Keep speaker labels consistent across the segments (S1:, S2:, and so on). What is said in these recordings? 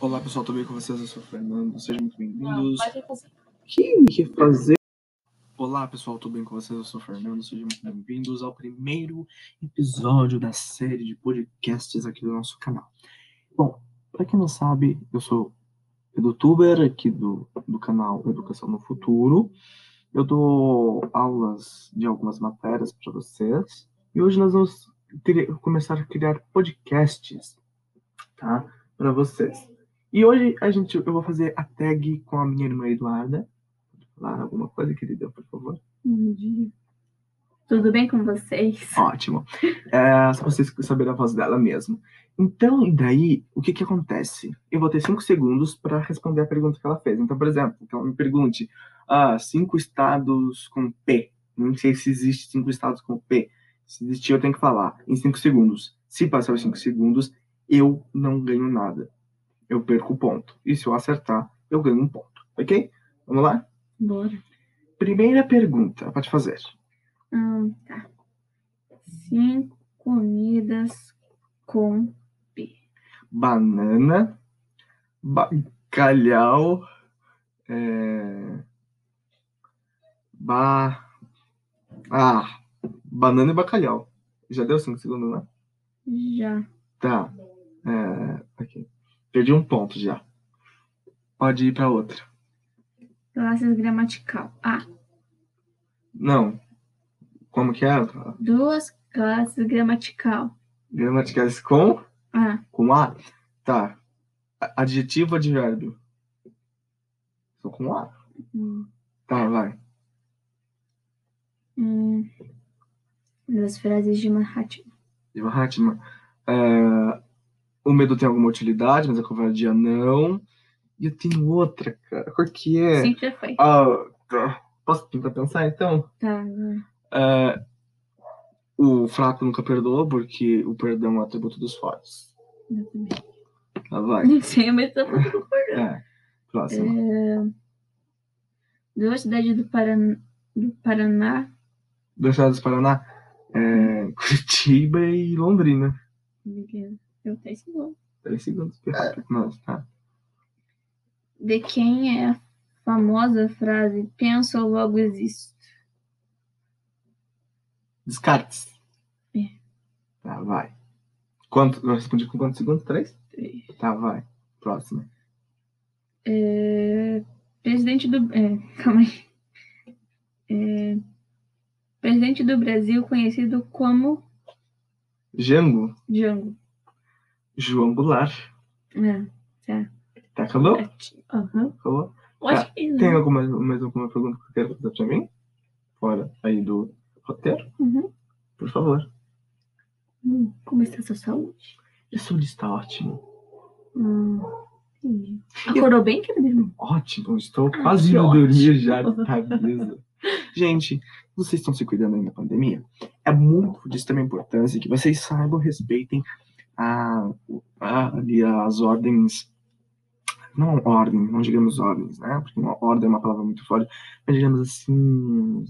S1: Olá pessoal, tudo bem com vocês? Eu sou o Fernando, sejam muito
S2: Não,
S1: bem-vindos.
S2: pode fazer.
S1: Que refazer? Olá pessoal, tudo bem com vocês? Eu sou o Fernando, sejam muito bem-vindos ao primeiro episódio da série de podcasts aqui do nosso canal. Bom, para quem não sabe, eu sou edutuber aqui do, do canal Educação no Futuro. Eu dou aulas de algumas matérias para vocês e hoje nós vamos cri- começar a criar podcasts, tá? Para vocês. E hoje a gente, eu vou fazer a tag com a minha irmã Eduarda. Pode falar alguma coisa, querida, por favor?
S2: Bom dia. Tudo bem com vocês?
S1: Ótimo. É, só pra vocês saberem a voz dela mesmo. Então, e daí, o que que acontece? Eu vou ter cinco segundos para responder a pergunta que ela fez. Então, por exemplo, que ela me pergunte, ah, cinco estados com P. Não sei se existe cinco estados com P. Se existir, eu tenho que falar em cinco segundos. Se passar os cinco segundos, eu não ganho nada. Eu perco o ponto. E se eu acertar, eu ganho um ponto. Ok? Vamos lá?
S2: Bora.
S1: Primeira pergunta, pode fazer.
S2: Hum, tá. Cinco comidas com.
S1: banana, bacalhau, é... ba... ah, banana e bacalhau. Já deu cinco segundos, né?
S2: Já.
S1: Tá. É... ok. Perdi um ponto já. Pode ir para outra.
S2: Classes gramatical. Ah,
S1: Não. Como que é?
S2: duas classes gramatical.
S1: Gramaticais com?
S2: Ah,
S1: Com A? Tá. A- Adjetivo ou advérbio? Só com A.
S2: hum,
S1: Tá, vai.
S2: hum. Das frases de Mahatma.
S1: De Mahatma. É, o medo tem alguma utilidade, mas a covardia não. E eu tenho outra, cara. Qual que é?
S2: Sim, já foi.
S1: Ah, tá. posso tentar pensar então?
S2: Tá, agora.
S1: É, o fraco nunca perdoa, porque o perdão é um atributo dos fortes.
S2: Eu também.
S1: Lá vai.
S2: Não sei, mas tá tô concordando.
S1: É. Próximo.
S2: Duas cidades do Paraná. Do Paraná.
S1: Dois estados do Paraná.
S2: Hum.
S1: é, Curitiba e Londrina.
S2: Beleza. é Eu até esqueci.
S1: Três segundos.
S2: É.
S1: Nossa, tá.
S2: De quem é a famosa frase penso logo existo?
S1: Descartes.
S2: É.
S1: Tá, vai. Quanto, eu respondi com quantos segundos? Três?
S2: Três.
S1: Tá, vai. Próxima.
S2: É, presidente do. É, calma aí. É, presidente do Brasil conhecido como
S1: Jango,
S2: Django.
S1: João Goulart.
S2: É,
S1: Tá, acabou?
S2: certinho. Aham.
S1: Acabou.
S2: Acho que
S1: Ah, Tem um-
S2: não.
S1: alguma, mais alguma pergunta que quer fazer pra mim? Fora aí do roteiro,
S2: Uhum.
S1: por favor.
S2: Hum, Como está a sua saúde?
S1: Isso está é ótimo.
S2: Hum, entendi. Acordou bem, querido irmão?
S1: Ótimo, estou quase
S2: Ah, que
S1: indo
S2: ótimo.
S1: dormir já, tá beleza. Gente, vocês estão se cuidando aí na pandemia? É muito de extrema importância que vocês saibam, respeitem a, a- ali as ordens, não ordem, não digamos ordens, né? Porque uma ordem é uma palavra muito forte, mas digamos assim,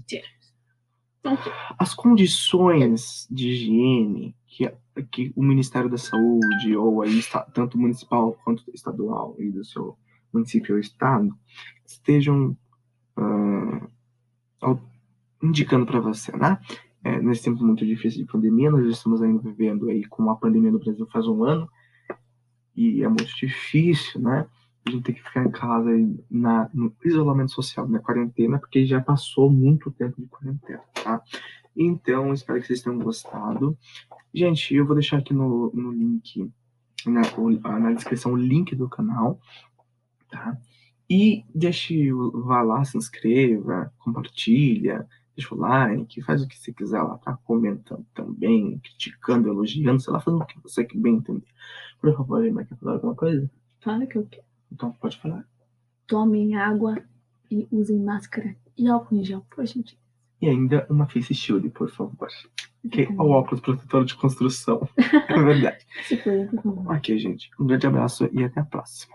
S2: Tá
S1: as condições de higiene que, que o Ministério da Saúde, ou aí está- tanto municipal quanto estadual, e do seu município ou estado, estejam ah, au- indicando para você, né? É, nesse tempo muito difícil de pandemia, nós estamos ainda vivendo aí com a pandemia no Brasil faz um ano, e é muito difícil, né? A gente tem que ficar em casa aí na, no isolamento social, na quarentena, porque já passou muito tempo de quarentena, tá? Então, espero que vocês tenham gostado. Gente, eu vou deixar aqui no, no link, na, o- ah, na descrição, o link do canal, tá? E deixe, o- vá lá, se inscreva, compartilha, deixa o like, faz o que você quiser lá, tá? Comentando também, criticando, elogiando, sei lá, fazendo o que você que bem entender. Por favor, Emma, quer falar alguma coisa?
S2: Fala que eu quero.
S1: Então, pode falar.
S2: Tomem água e usem máscara e álcool em gel, por gente.
S1: E ainda uma face shield, por favor. Que é o óculos protetor de construção. É verdade.
S2: Se cuidem, por favor.
S1: Ok, gente. Um grande abraço e até a próxima.